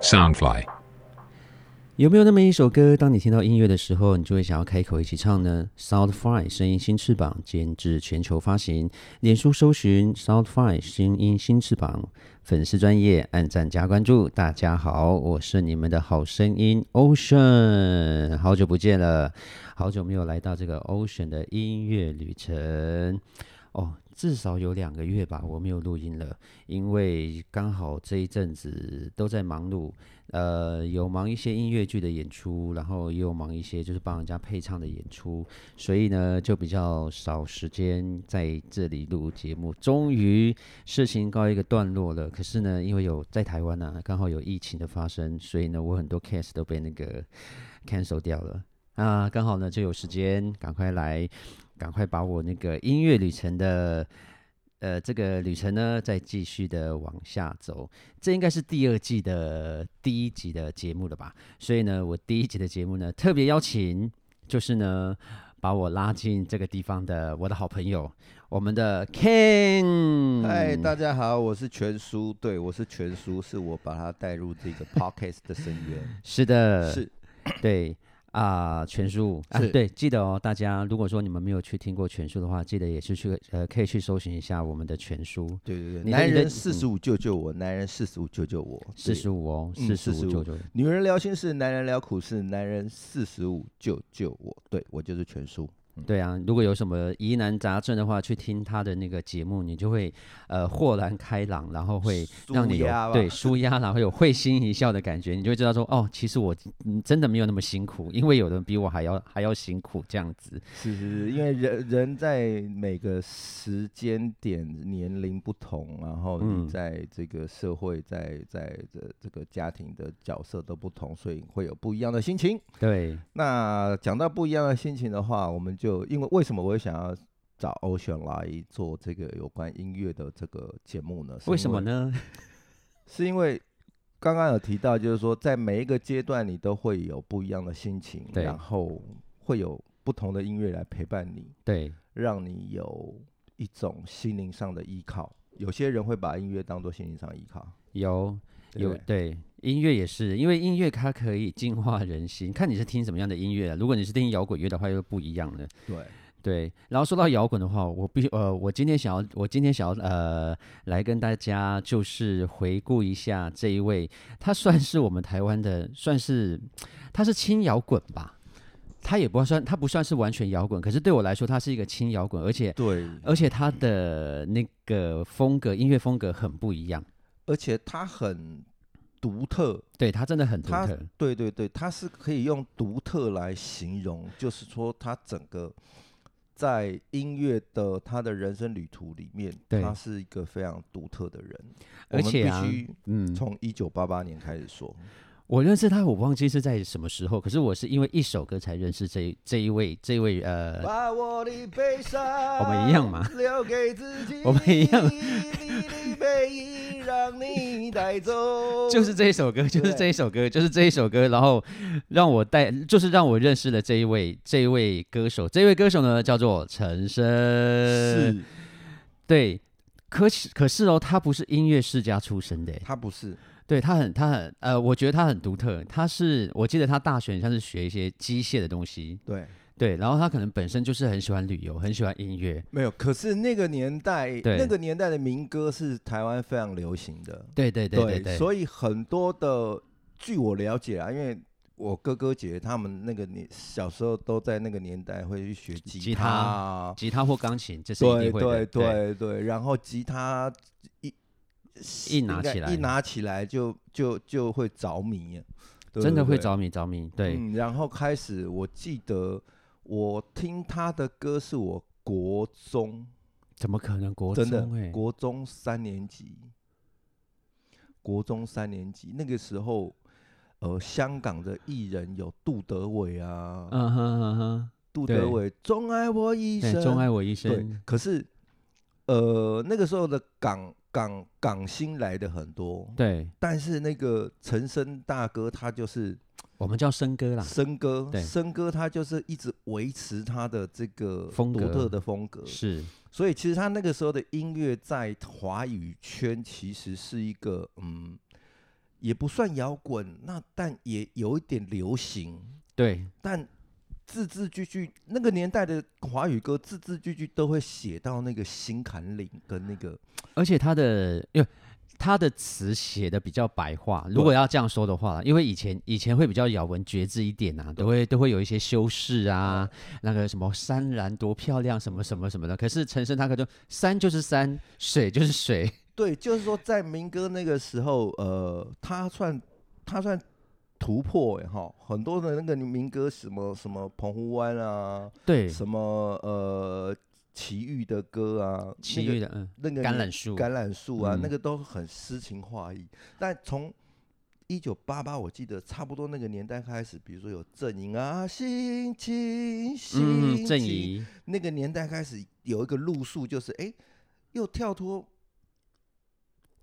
Soundfly. 有没有那么一首歌，当你听到音乐的时候，你就会想要开口一起唱呢？Soundfly 声音新翅膀监制全球发行，脸书搜寻 Soundfly 声音新翅膀，粉丝专业按赞加关注。大家好，我是你们的好声音 Ocean，好久不见了，好久没有来到这个 Ocean 的音乐旅程哦。至少有两个月吧，我没有录音了，因为刚好这一阵子都在忙碌，呃，有忙一些音乐剧的演出，然后也有忙一些就是帮人家配唱的演出，所以呢就比较少时间在这里录节目。终于事情告一个段落了，可是呢，因为有在台湾呢、刚好有疫情的发生，所以呢，我很多 case 都被那个 cancel 掉了。啊，刚好呢就有时嗯间，赶快来，赶快把我那个音乐旅程的。呃，这个旅程呢，再继续的往下走，这应该是第二季的第一集的节目了吧？所以呢，我第一集的节目呢，特别邀请，就是呢，把我拉进这个地方的我的好朋友，我们的 Ken。嗨，哎大家好，我是全叔，对我是全叔，是我把他带入 这个 podcast 的深渊，是的，是对啊、全书啊，是对，记得哦，大家如果说你们没有去听过全书的话，记得也是去呃，可以去搜寻一下我们的全书对对你对，的男你的人四十五救救我，男人四十五救救我，四对十五哦，嗯四十五45九九，女人聊心事，男人聊苦事，男人四十五救救我，对我就是全叔，对啊，如果有什么疑难杂症的话，去听他的那个节目，你就会呃豁然开朗，然后会让你舒压有吧对舒压，然后有会心一笑的感觉，你就会知道说哦，其实我嗯真的没有那么辛苦，因为有人比我还要还要辛苦这样子。是是是，因为人人在每个时间点、年龄不同，然后嗯你在这个社会、在在这这个家庭的角色都不同，所以会有不一样的心情。对，那讲到不一样的心情的话，我们就因为为什么我会想要找 Ocean 来做这个有关音乐的这个节目呢？是为因什么？呢？ 是因为刚刚有提到，就是说在每一个阶段你都会有不一样的心情，对然后会有不同的音乐来陪伴你，对，让你有一种心灵上的依靠。有些人会把音乐当做心灵上的依靠，有对不有对对音乐也是，因为音乐它可以净化人心，看你是听什么样的音乐啊、如果你是听摇滚乐的话，又不一样了。对，对，然后说到摇滚的话，我必须呃，我今天想要，我今天想要呃，来跟大家就是回顾一下这一位，他算是我们台湾的，算是他是轻摇滚吧，他也不算，他不算是完全摇滚，可是对我来说，他是一个轻摇滚，而且对，而且他的那个风格，音乐风格很不一样，而且它很独特，对他真的很独他特，对对对，它是可以用独特来形容，就是说它整个在音乐的他的人生旅途里面，对他是一个非常独特的人。我而们且必啊须嗯，从一九八八年开始说，我认识他，我忘记是在什么时候，可是我是因为一首歌才认识这一这一位这一位呃把我的悲伤， 我们一样嘛，留给自己， 我们一样你的背影让你带走， 就是这一首歌，就是哦对这一首歌，就是这一首歌，然后让我带，就是让我认识了这一位这一位歌手，这一位歌手呢叫做陈升，是，是，对。可是可是哦，他不是音乐世家出身的耶，欸他不是，对他很他很呃，我觉得他很独特。他是我记得他大学好像是学一些机械的东西，对。对，然后他可能本身就是很喜欢旅游，很喜欢音乐，没有，可是那个年代，对那个年代的民歌是台湾非常流行的，对对对对，所以很多的，据我了解啊，因为我哥哥姐姐他们那个年小时候都在那个年代会去学吉吉他啊，吉他或钢琴这是一对定会的，对对对，然后吉他一一拿应该起来一拿起来就就就会着迷啊，对真的会。对对着迷着迷，对，嗯，然后开始，我记得我听他的歌是我国中。怎么可能国中、真欸？的，国中三年级，国中三年级那个时候，呃，香港的艺人有杜德伟啊，嗯哼嗯哼，杜对德伟“钟爱我一对，生”，钟爱我一对生，，可是，呃，那个时候的港港港星来的很多，对，但是那个陈升大哥他就是我们叫生哥啦，升哥对，升哥他就是一直维持他的这个风独格特的风格，是所以其实他那个时候的音乐在华语圈其实是一个嗯也不算摇滚，那但也有一点流行，对，但字字句句那个年代的华语歌，字字句句都会写到那个心坎里，跟那个而且他的因为他的词写的比较白话，如果要这样说的话啦，因为以前以前会比较咬文嚼字一点啊，都会都会有一些修饰啊，那个什么山然多漂亮什么什么什么的。可是陈升他可就山就是山，水就是水，对，就是说在民歌那个时候，呃，他算他算突破欸哈，很多的那个民歌什么什么澎湖湾啊，对，什么呃奇遇的歌啊，其余的嗯，那个那橄个榄树，橄榄树啊，那嗯个都很诗情画意。但从一九八八，我记得差不多那个年代开始，比如说有阵营啊，心情，嗯，心郑情怡，那个年代开始有一个路数，就是哎、诶又跳脱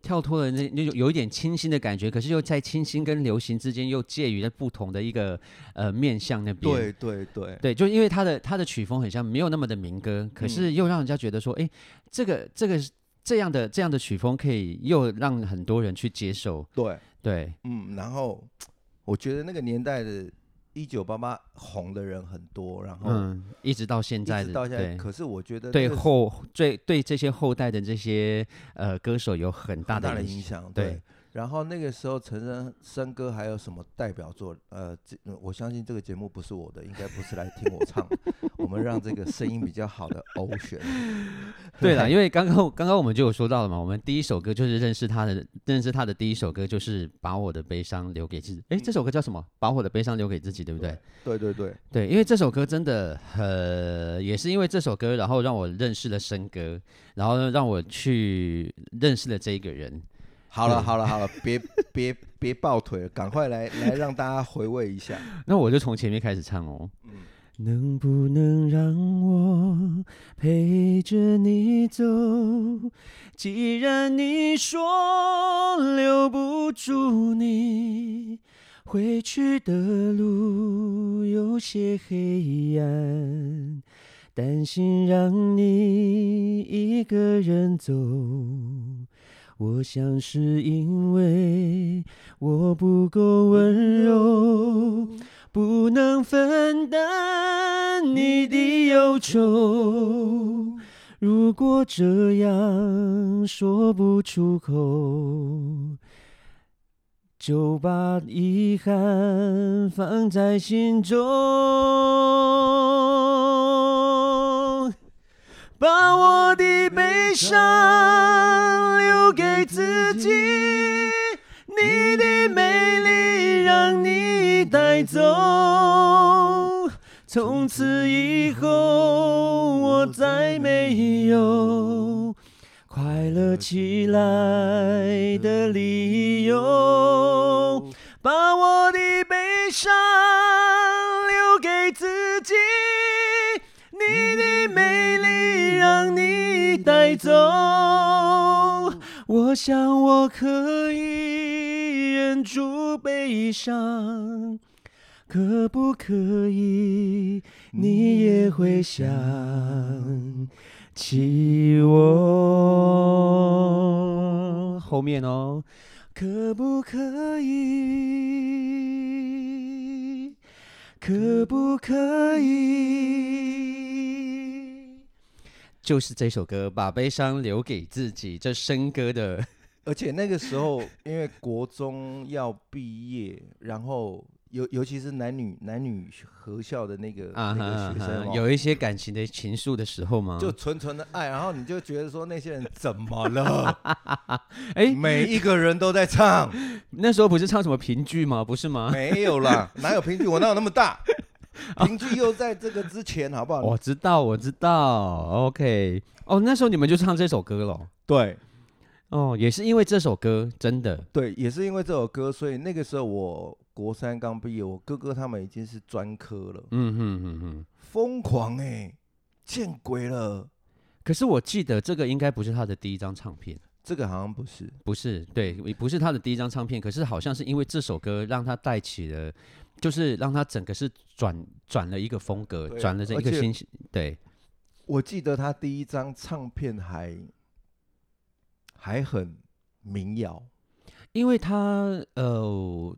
跳脱了那那种有一点清新的感觉，可是又在清新跟流行之间又介于在不同的一个呃面向那边。对对对，对，就因为他的他的曲风很像，没有那么的民歌，可嗯是又让人家觉得说，哎、这个这个这样的这样的曲风可以又让很多人去接受。对，对，嗯，然后我觉得那个年代的。一九八八红的人很多，然后嗯，一直到现哦一在直的，到现在，对。可是我觉得对那个后对对这些后代的这些呃歌手有很大很大的的影影响，响。对对，然后那个时候陈升升哥还有什么代表作？呃，这我相信这个节目不是我的，应该不是来听我唱的。 我们让这个声音比较 好的欧选。对了，因为刚刚刚刚我们就有说到了嘛，我们第一首歌就是认识他的，认识他的第一首歌就是《把我的悲伤留给自己》。哎，这首歌叫什么？《把我的悲伤留给自己》，对不对？对对对，对，因为这首歌真的呃，也是因为这首歌，然后让我认识了生哥，然后让我去认识了这一个人。好了对好了好了，别别别抱腿了，赶快来来让大家回味一下。那我就从前面开始唱哦。嗯，能不能让我陪着你走？既然你说留不住你，回去的路有些黑暗，担心让你一个人走。我想是因为我不够温柔。不能分担你的忧愁。如果这样说不出口，就把遗憾放在心中，把我的悲伤留给自己。你的美丽让你带走，从此以后我再没有快乐起来的理由。把我的悲伤留给自己，你的美丽让你带走。我想我可以忍住悲伤，可不可以你也会想起我？后面哦，可不可以？可不可以？就是这首歌，把悲伤留给自己，这生哥的，而且那个时候，因为国中要毕业，然后尤尤其是男女男女合校的那个、啊哈那啊个学生、哈哦，有一些感情的情愫的时候吗？就纯纯的爱，然后你就觉得说那些人怎么了？ 哎，每一个人都 在唱，那时候不是唱什么评剧吗？不是吗？没有啦，哪有评剧？我哪有那 么大？评剧又在这个之前，好不好？哦我知道，我知道。OK，哦，那时候你们就唱这首歌了。对哦，也是因为这首歌，真的，对，也是因为这首歌，所以那个时候我国三刚毕业，我哥哥他们已经是专科了，嗯哼哼哼。疯狂哎、见鬼了！可是我记得这个应该不是他的第一张唱片，这个好像不是，不是，对，不是他的第一张唱片。可是好像是因为这首歌让他带起了，就是让他整个是转转了一个风格，对转了这一而个且新，对，我记得他第一张唱片还还很民谣，因为他呃，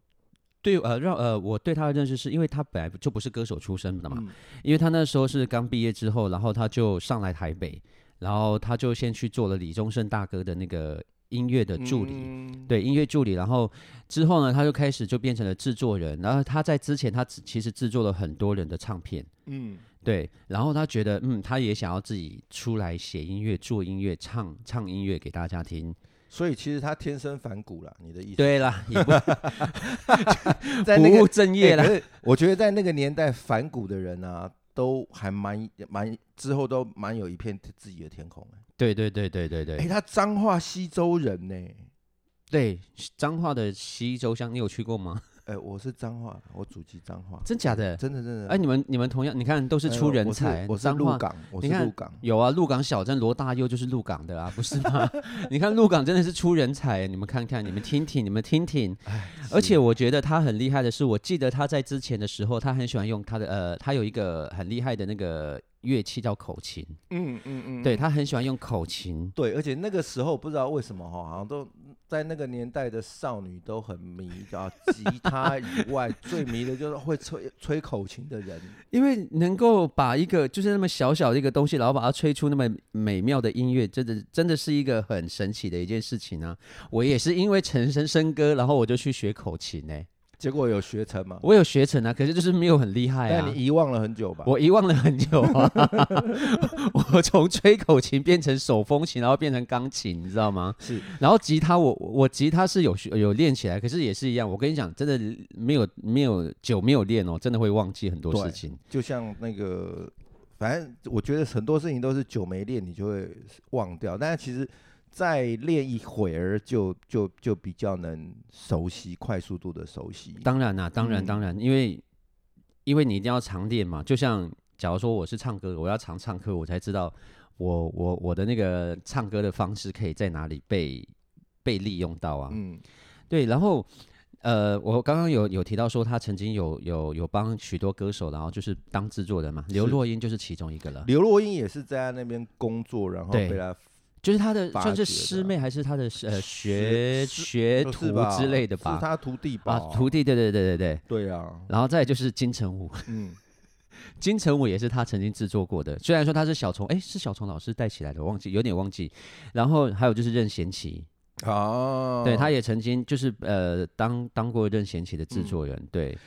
对呃让呃我对他的认识是因为他本来就不是歌手出身的嘛，嗯因为他那时候是刚毕业之后，然后他就上来台北，然后他就先去做了李宗盛大哥的那个音乐的助理，嗯对音乐助理，然后之后呢，他就开始就变成了制作人，然后他在之前他只其实制作了很多人的唱片，嗯，对，然后他觉得嗯，他也想要自己出来写音乐、做音乐、唱唱音乐给大家听。所以其实他天生反骨啦，你的意思？，对啦，也 不在那不务个正业啦哎，可是我觉得在那个年代反骨的人啊，都还蛮蛮之后都蛮有一片自己的天空、欸。对对对对对对、哎、他彰化西周人呢、对，彰化的西洲乡，你有去过吗？ 哎、我是彰化，我祖籍彰化，真假的？真的真的。哎、你们你们同样，你看都是哎出我人我是才，我是彰鹿化港，我是你看鹿港。有啊，鹿港小镇罗大佑就是鹿港的啊，不是吗？你看鹿港真的是出人才，你们看看，你们听听，你们听听。哎，而且是我觉得他很厉害的是，我记得他在之前的时候，他很喜欢用他的呃，他有一个很厉害的那个乐器叫口琴，嗯嗯嗯，对他很喜欢用口琴。对，而且那个时候不知道为什么哈，好像都在那个年代的少女都很迷啊，吉他以外最迷的就是会吹吹口琴的人。因为能够把一个就是那么小小的一个东西，然后把它吹出那么美妙的音乐，真的真的是一个很神奇的一件事情啊！我也是因为陈升升歌，然后我就去学口琴呢、结果有学成吗？我有学成啊，可是就是没有很厉害啊但。你遗忘了很久吧？我遗忘了很久 啊， 我从吹口琴变成手风琴，然后变成钢琴，你知道吗？是然后吉他我，我吉他是有学有练起来，可是也是一样。我跟你讲，真的没有没有久没有练哦，真的会忘记很多事对情。就像那个，反正我觉得很多事情都是久没练，你就会忘掉。但是其实再练一会儿就，就就比较能熟悉，快速度的熟悉。当然啦、啊当然嗯当然，因为因为你一定要常练嘛。就像假如说我是唱歌，我要常唱歌，我才知道我我我的那个唱歌的方式可以在哪里被被利用到啊。嗯，对，然后呃，我刚刚有有提到说他曾经有有有帮许多歌手，然后就是当制作人嘛，刘是若英就是其中一个了，刘若英也是在那边工作，然后对被他就是他的发算是掘师的妹还是他的呃学学学不徒是吧之类的是吧？他哦徒弟吧？啊，徒弟，对对对对对。对啊，然后再来就是金城武， 嗯，金城武也是他曾经制作过的，虽然说他是小虫，哎，是小虫老师带起来的，我忘记有点忘记。然后还有就是任贤齐，哦，对，他也曾经就是呃当当过任贤齐的制嗯作人，对，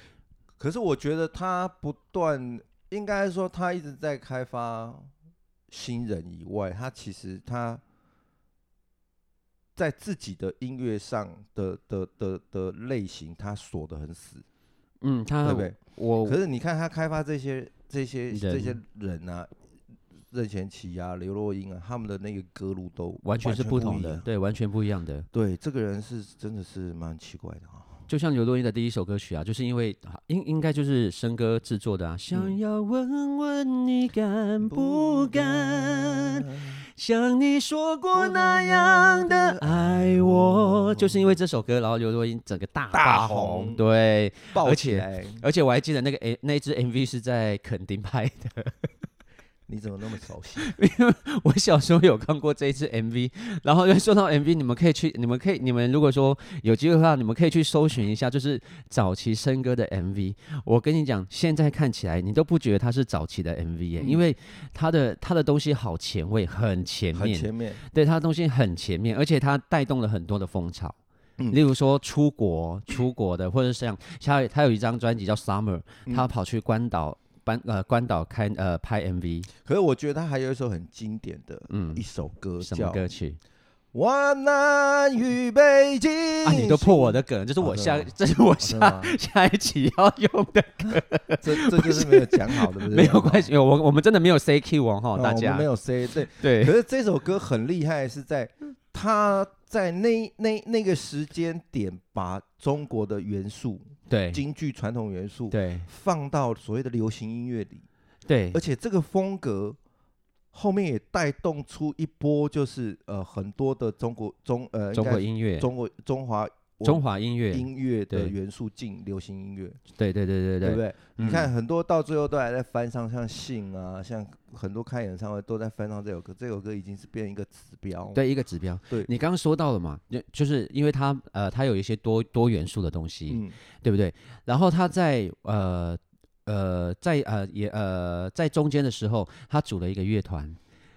可是我觉得他不断，应该说他一直在开发新人以外，他其实他在自己的音乐上的的的的类型，他锁得很死，嗯，他对不对？我可是你看他开发这些这些这人些人啊，任贤齐啊、刘若英啊，他们的那个歌路都完全是不不同一的，样。对，完全不一样的。对，这个人是真的是蛮奇怪的啊。就像刘若英的第一首歌曲啊，就是因为啊应应该就是生哥制作的啊，嗯想要问问你敢不敢像你说过那样的爱我，就是因为这首歌，然后刘若英整个大大发红对，抱而起且来，而且我还记得那个 A 那一支 MV 是在垦丁拍的， 你怎么那么熟悉？我小时候有看过这一支 MV，然后又说到 MV，你们可以去，你们可以，你们如果说有机会的话，你们可以去搜寻一下，就是早期生哥的 MV。我跟你讲，现在看起来你都不觉得它是早期的 MV，、耶，嗯因为他的他的东西好前卫，很前很面，前面，对他的东西很前面，而且他带动了很多的风潮。嗯例如说出国，出国的，或者是像他他有一张专辑叫《Summer》，他嗯跑去关岛，关呃关岛开呃拍 MV，可是我觉得他还有一首很经典的嗯一，首歌什么叫歌《曲？我南与北京》啊，你都破我的梗，这是哎哦我真下的吗，这是我哦真下的吗下一期要用的， 这这就是没有讲 好的，对不没对？有关系，我我们真的没有 C Q 王哈，哦，大我们家没有 C 对。可 对是这首歌很厉害，是在他在那那那个时间点，把中国的元素、对京剧传统元素对放到所谓的流行音乐里，对而且这个风格后面也带动出一波，就是呃很多的中国中呃应中该国音乐，中国中华我中华音乐，音乐的对元素进流行音乐，对对对对对不对，对？嗯你看很多到最后都还在翻唱，像信啊，像很多开演唱会都在翻唱这首歌，这首歌已经是变一个指标。对一个指标。哦对你刚刚说到了嘛，就就是因为它呃，它有一些多多元素的东西，嗯，对不对？然后它在呃呃在呃也呃在中间的时候，他组了一个乐团，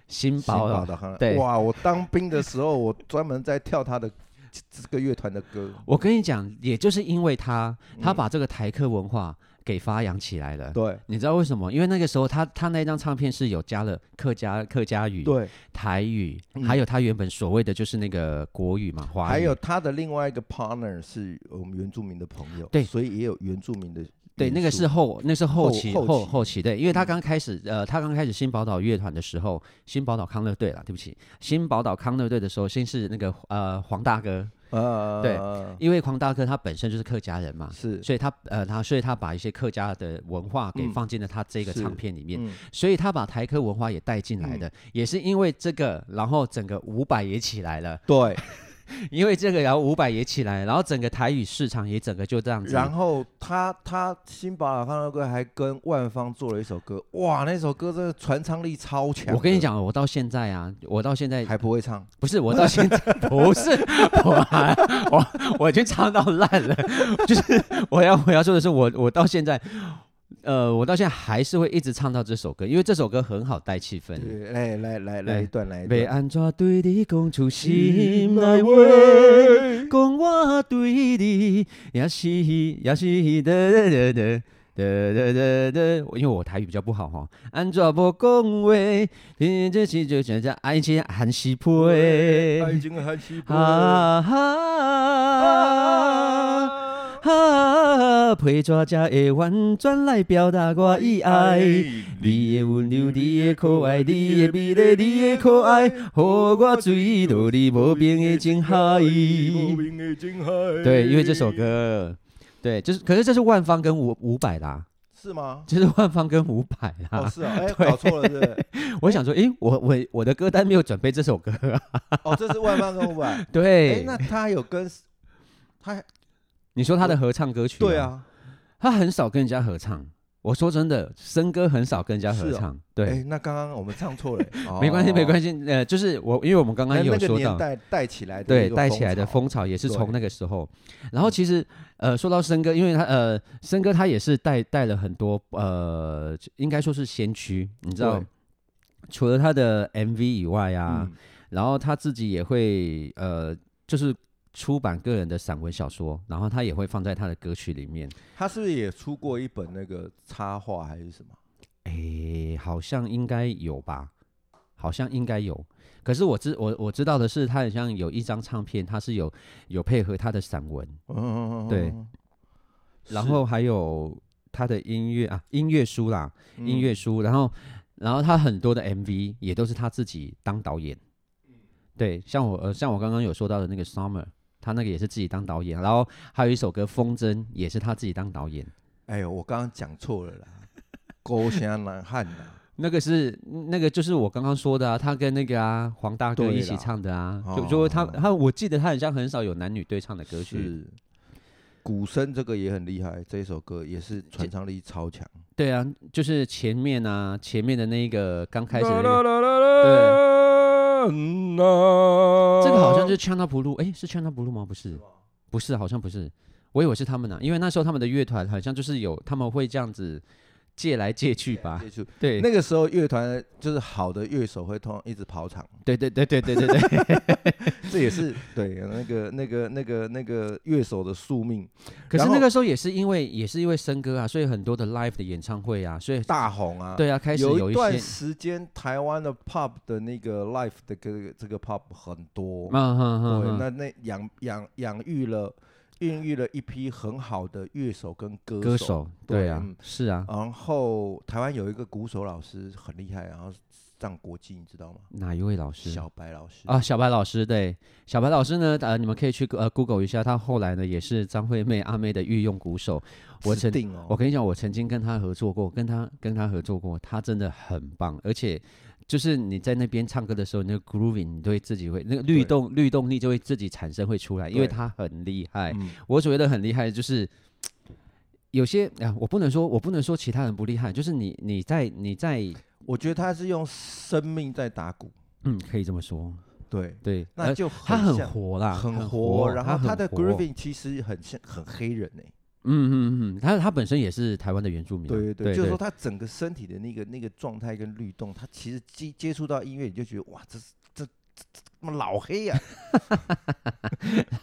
新新宝宝啊。的行对哇！我当兵的时候，我专门在跳他的这这个乐团的 歌。我跟你讲，也就是因为他，他嗯把这个台客文化给发扬起来了。对你知道为什么？因为那个时候他他那张唱片是有加了客家客家语、对，台语，嗯还有他原本所谓的就是那个国语嘛，华语。还有他的另外一个 partner 是我们原住民的朋友，对所以也有原住民的元素。对，那个是后，那是后后期后后期期对，因为他嗯刚开始，呃，他刚开始新宝岛乐团的时候，新宝岛康乐队啦，对不起，新宝岛康乐队的时候，先是那个呃黄大哥，呃，对因为黄大哥他本身就是客家人嘛，是所以他呃他所以他把一些客家的文化给嗯放进了他这个是唱片里面，嗯所以他把台科文化也带进来的，也是因为这个，然后整个伍佰也起来了，对，因为这个，然后伍佰也起来，然后整个台语市场也整个就这样子，然后他他新宝岛康乐歌还跟万芳做了一首歌，哇，那首歌真的传唱力超强。我跟你，讲，我到现在啊，我到现在还不会唱，不是我到现在不是我还我我已经唱到烂了，就是我要我要说的是我我到现在，呃，我到现在还是会一直唱到这首歌，因为这首歌很好带气氛。对，来来来来对一段来一要段。安怎对你讲出心内话？讲我对你也是也是的的的的。的的的的，因为我台语比较不好哈，安怎无讲话？你这是就像这爱情含西坡哎爱情很稀薄。啊哈哈！陪纸才会婉转来表达我的爱。你的温柔，你的可爱，你的美丽，你的可爱，互我坠落你无边的情海。对，因为这首歌，对，就是，可是这是万芳跟伍伍佰啦，是吗？这是万芳跟伍佰哦，啦。是哦， 哎，搞错了，是不是？我想说，诶，我我我的歌单没有准备这首歌啊。哦，这是万芳跟伍佰。哎， 对，那他有跟他你说他的合唱歌曲？对，啊，他很少跟人家合唱。我说真的，森哥很少跟人家合是哦唱。对，哎，那刚刚我们唱错了， 哎没关系，没系。关系。呃，就是我，因为我们刚那刚有那个说到年，代带起来的对一个带起来的风风潮也是对嗯从那个时候。然后其实，呃，说到森哥，因为他呃，森哥他也是带带了很多呃，应该说是先驱，你知道对。除了他的 MV 以外潮啊，嗯然后他自己也会呃，就是出版个人的散文小说，然后他也会放在他的歌曲里面。他是不是也出过一本那个插画还是什么？诶，好像应该有吧，好像应该有。可是我知我我知道的是，他好像有一张唱片，他是有有配合他的散文，嗯，对是，然后还有他的音乐啊，音乐书啦，嗯音乐书，然后然后他很多的 MV 也都是他自己当导演。对，像我呃，像我刚刚有说到的那个 Summer，他那个也是自己当导演，然后还有一首歌《风筝》也是他自己当导演。哎呦，我刚刚讲错了啦，勾虾男汉呐，那个是那个就是我刚刚说的啊，他跟那个啊黄大哥对啦一起唱的啊，哦就就他他我记得他很像很少有男女对唱的歌曲，是鼓声这个也很厉害，这一首歌也是传唱力超强。对啊，就是前面啊前面的那个刚开始、那个，啦啦啦啦啦这个好像是 China Blue，哎是 China Blue 吗？不是，不是好像不是，我以为是他们呢、啊因为那时候他们的乐团好像就是有他们会这样子借来借去吧，接触对，那个时候乐团就是好的乐手会通常一直跑场，对对对对对 对对，这也是对那个那个那个那个乐手的宿命。可是然后那个时候也是因为也是因为森哥啊，所以很多的 live 的演唱会啊，所以。大红啊，对啊，开始有一段些时间台湾的 pub 的那个 life 的这个这个 pub 很多，嗯哼哼对，哼那那养养养育了孕育了一批很好的乐手跟歌歌手，对对啊嗯，是啊，然后台湾有一个鼓手老师很厉害，然后上国际，你知道吗？哪一位老师？小白老师啊，小白老师，对，小白老师呢，呃，你们可以去呃 Google 一下，他后来呢也是张惠妹、阿妹的御用鼓手。我指曾定我哦，跟你讲，我曾经跟他合作过，跟他跟他合作过，他真的很棒，而且就是你在那边唱歌的时候，那个 grooving 你都会自己会那个律对动律动力就会自己产生会出来，因为对它很厉害。嗯我所谓的很厉害，就是有些啊，我不能说我不能说其他人不厉害，就是你你在你在我觉得他是用生命在打鼓，嗯，可以这么说，对，对，那呃就他很像活啦，啊很活，活，然后他他的很活 grooving 其实很像很黑人欸呢、嗯嗯嗯，他他本身也是台湾的原住民啊，对对对，就是说对他整个身体的那个那个状态跟律动，他其实接接触到音乐，你就觉得哇，这是这这这他妈老黑啊 呀、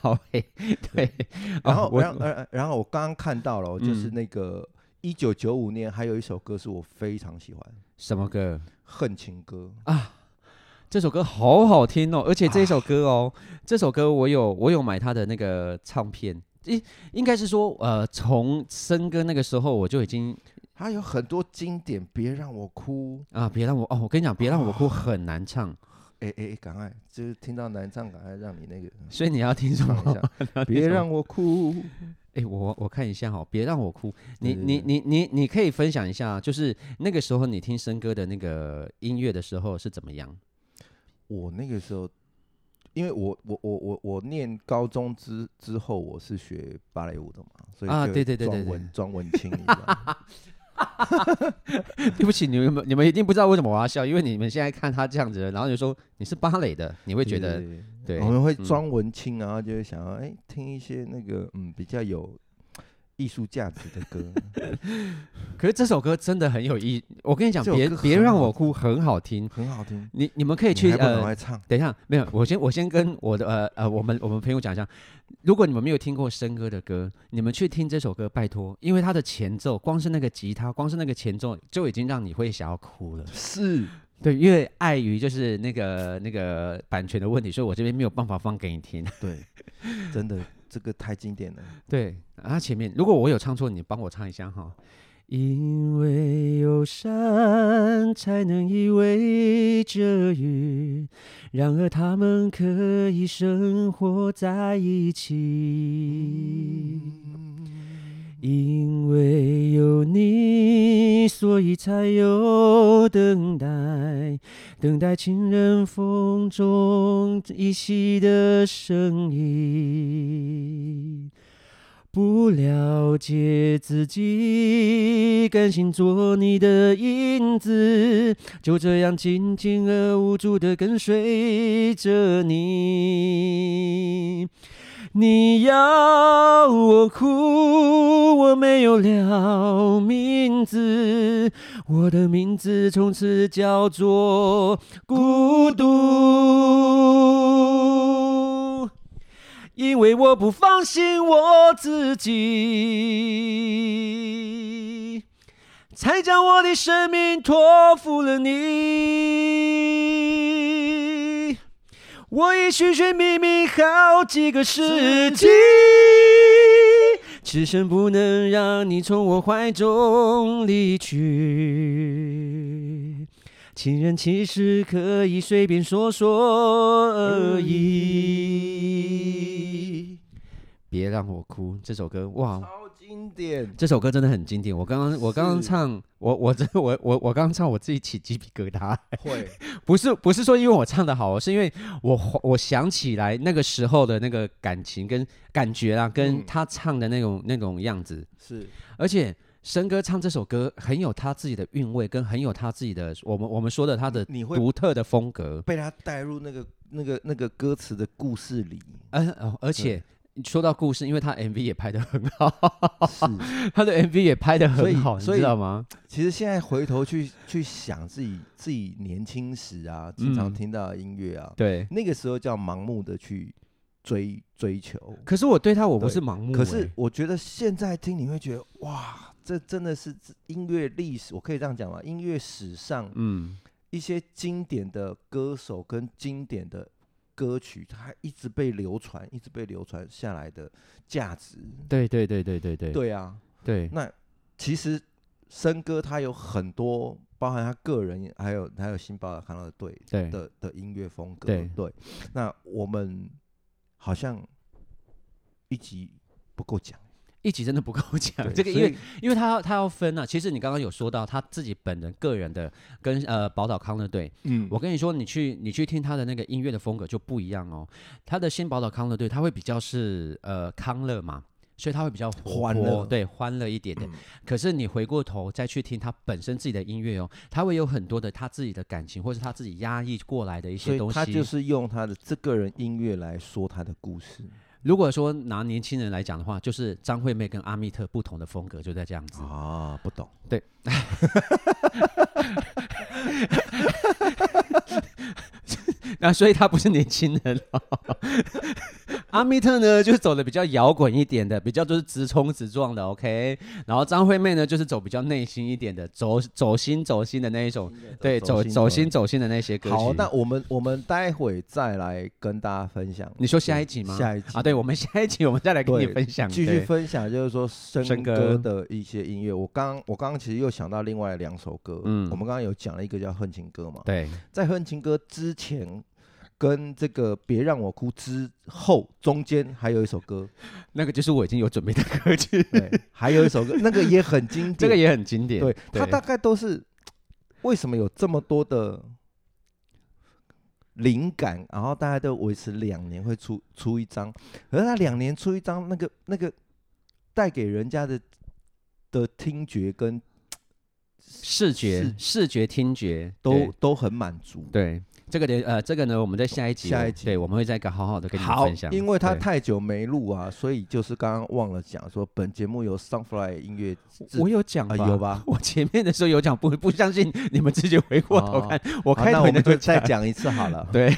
好嘿，对，啊然后，我然后，呃然后我刚刚看到了哦，就是嗯那个一九九五年还有一首歌是我非常喜欢，什么歌？啊《恨情歌》。这首歌好好听哦，而且这啊一首歌哦，这首歌我有我有买他的那个唱片，应应该是说呃，从森哥那个时候我就已经它有很多经典，别让我哭。啊，别让我哦，我跟你讲，别让我啊哭很难唱，哎哎哎，赶快，就是听到难唱，赶快让你那 个嗯所以你要听什 唱么 一？下。别让我哭。哎，我我看一下哈、别让我哭。你对对你对你你你可以分享一下，啊就是那个时候你听森哥的那个音乐的时候是怎么样？我那个时候，因为我我我我我念高中之之后，我是学芭蕾舞的嘛，所以啊就对对对装对对文装文青，你知道吗 对不起，你们你们一定不知道为什么我要笑，因为你们现在看他这样子，然后就说你是芭蕾的， 你会觉得对对对对我们会嗯装文青，然后就会想要哎、听一些那个嗯比较有艺术价值的歌。可是这首歌真的很有意，我跟你讲，这首别歌别很让好我哭，很好听。很好听。你你 们可可以去赶呃，快唱。等一下，没有，我先我先跟我的呃呃，我们我们朋友讲一下，如果你们没有听过森哥的歌，你们去听这首歌，拜托，因为它的前奏，光是那个吉他，光是那个前奏就已经让你会想要哭了。是，对，因为碍于就是那个那个版权的问题，所以我这边没有办法放给你听。对，真的这个太经典了。对，啊，前面如果我有唱错，你帮我唱一下哈。因为有山，才能依偎着雨，然而他们可以生活在一起。因为有你，所以才有等待，等待情人风中依稀的声音。不了解自己，甘心做你的影子，就这样静静而无助的跟随着你。你要我哭，我没有了名字，我的名字从此叫做孤独。因为我不放心我自己，才将我的生命托付了你。我已寻寻觅觅好几个世纪，此生不能让你从我怀中离去。情人其实可以随便说说而已。别让我哭，这首歌哇，超经典。这首歌真的很经典。我刚刚我刚刚是唱，我我真的我我我刚刚唱，我自己起鸡皮疙瘩。 会，不是不是说因为我唱的好，是因为我怀我想起来那个时候的那个感情跟感觉啦，跟嗯他唱的那种、那种样子，是而且森哥唱这首歌很有他自己的韵味，跟很有他自己的我们我们说的他的嗯你会独特的风格，被他带入那个那个那个歌词的故事里。而、呃、而且。说到故事，因为他 MV 也拍的很好， 是，他的 MV 也拍的所以很好，你所以知道吗？其实现在回头去去想自己自己年轻时啊，经常嗯听到的音乐啊，对。那个时候叫盲目的去追追求。可是我对他我不对是盲目欸、可是我觉得现在听你会觉得哇，这真的是音乐历史，我可以这样讲吗？音乐史上嗯，一些经典的歌手跟经典的歌曲，它一直被流传，一直被流传下来的价值。对对对对对对对啊，对那其实森哥他有很多，包含他个人，还有还有新宝看到的对对的的音乐风格。对那我们好像一集不够讲，一集真的不够讲对啊这个，因所以为因为他要他要分啊。其实你刚刚有说到他自己本人个人的跟呃宝岛康乐队，嗯我跟你说，你去你去听他的那个音乐的风格就不一样哦。他的新宝岛康乐队，他会比较是呃康乐嘛，所以他会比较活欢泼乐嗯对欢乐一点点。可是你回过头再去听他本身自己的音乐哦，他会有很多的他自己的感情，或是他自己压抑过来的一所些以东西。他就是用他的这个人音乐来说他的故事如果说拿年轻人来讲的话，就是张惠妹跟阿密特不同的风格，就在这样子。 啊，不懂。那、所以他不是年轻人哦。 阿密特呢，就是走的比较摇滚一点的，比较就是直冲直撞的，OK。然后张惠妹呢，就是走比较内心一点的，走走心走心的那一种，对，走走心走心的那些歌曲。好，那我们我们待会再来跟大家分享。你说下一集吗？下一集啊，对，我们下一集我们再来跟你对分享。继续对分享，就是说笙笙歌歌的一些音乐。我刚我刚刚其实又想到另外两首歌，嗯我们刚刚有讲了一个叫《恨情歌》嘛，对，在《恨情歌》之前。跟这个别让我哭之后，中间还有一首歌，那个就是我已经有准备的歌曲，对，还有一首歌，那个也很经典。这个也很经典。对，它大概都是为什么有这么多的灵感，然后大家都维持两年会出出一张，可是他两年出一张，那个那个带给人家的的听觉跟视觉视、视觉、听觉都对都很满足。对，这个的呃，这个呢，我们在下一集，哦下一集对，我们会再个好好的跟你们好分享，，因为他对太久没录啊，所以就是刚刚忘了讲说，本节目由 Sunfly 音乐制呃我有讲吧、 啊有吧我前面的时候有讲，不不相信你们自己回过头看，我我开哦那头我那们个就再讲一次好了。对，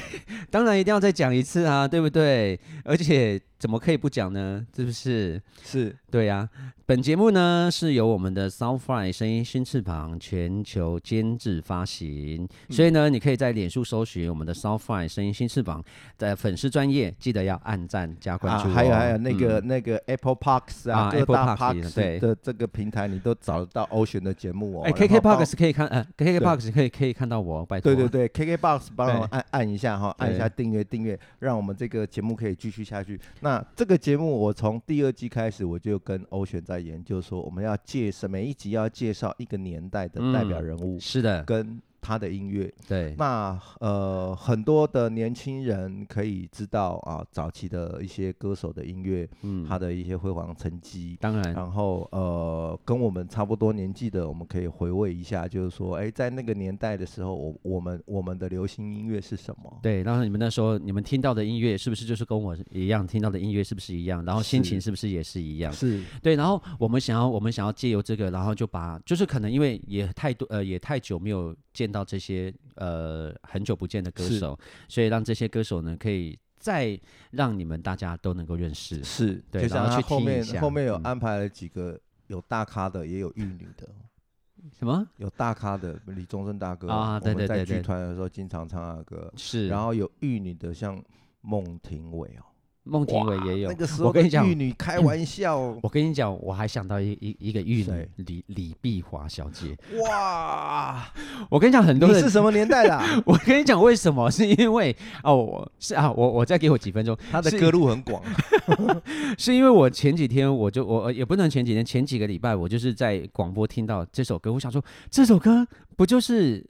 当然一定要再讲一次啊，对不对？而且怎么可以不讲呢？是不是？是对呀、本节目呢是由我们的 Soundfly 声音新翅膀全球监制发行，嗯所以呢，你可以在脸书搜寻我们的 Soundfly 声音新翅膀的粉丝专业，记得要按赞加关注、哦啊。还有还有那个、嗯那个 Apple Parks 啊啊，各 Apple 大 Parks，对 Parks 的这个平台，你都找得到 Ocean 的节目哦。哎、然 k 后 k 帮 Box 可以看，呃，KK Box 可以可以看到我，拜托。对对对，KK Box 帮我对按按一下哈，对按一下订阅订阅，让我们这个节目可以继续下去。那这个节目我从第二季开始，我就跟欧璇在研究说，我们要介绍每一集要介绍一个年代的代表嗯人物是的，跟他的音乐。对，那呃，很多的年轻人可以知道啊，早期的一些歌手的音乐，嗯，他的一些辉煌成绩，当然，然后呃，跟我们差不多年纪的，我们可以回味一下，就是说，哎，在那个年代的时候，我我们我们的流行音乐是什么？对，然后你们那时候你们听到的音乐是不是就是跟我一样听到的音乐是不是一样？然后心情是是不是也是一样？是对，然后我们想要我们想要借由这个，然后就把就是可能因为也太多呃也太久没有见到这些呃很久不见的歌是手，所以让这些歌手呢可以再让你们大家都能够认识。是，对就然像后他去后听一面下后面有嗯安排了几个有大咖的，也有玉女的，什么？有大咖的李宗盛大哥啊我对对们在对对剧团的时候经常唱他的歌，是，然后有玉女的，像孟庭苇哦，孟庭苇也有那。个时我候跟的你讲玉女开玩笑，我跟你讲，我还想到一一一个玉女谁李李碧华小姐。哇，我跟你讲，很多你人是什么年代的啊？我跟你讲为什么？是因为哦，我是啊，我我再给我几分钟。他的是歌路很广，是因为我前几天我就我呃也不能前几天，前几个礼拜我就是在广播听到这首歌，我想说这首歌不就是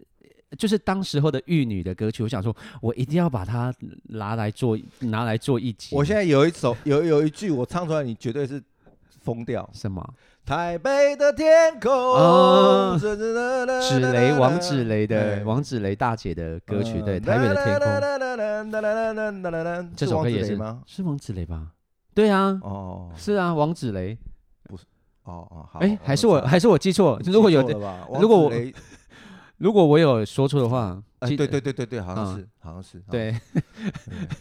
就是当时候的玉女的歌曲，我想说我一定要把它拿来做拿来做一集。我现在有一首有有一句我唱出来，你绝对是疯掉。什么台北的天空，哦芷芷蕾王芷蕾的哎王芷蕾大姐的歌曲，对台北的天空，空这首歌也是王芷是蕾吗？是王芷蕾吧？对啊，哦是啊，王芷蕾。哦哦，好，哎，还是我还是我记错，如果有你记错了吧如果我王芷蕾如果我有说错的话，哎记对对对对对，好嗯像是好像是，对，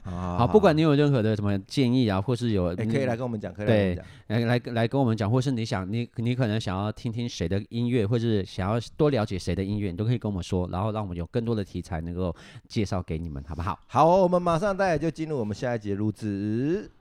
好，好好，不管你有任何的什么建议啊，或是有哎可以来跟我们讲，可以对来跟我来们来来跟我们讲，或是你想你你可能想要听听谁的音乐，或是想要多了解谁的音乐，你都可以跟我们说，然后让我们有更多的题材能够介绍给你们，好不好？好，我们马上大家就进入我们下一节录制。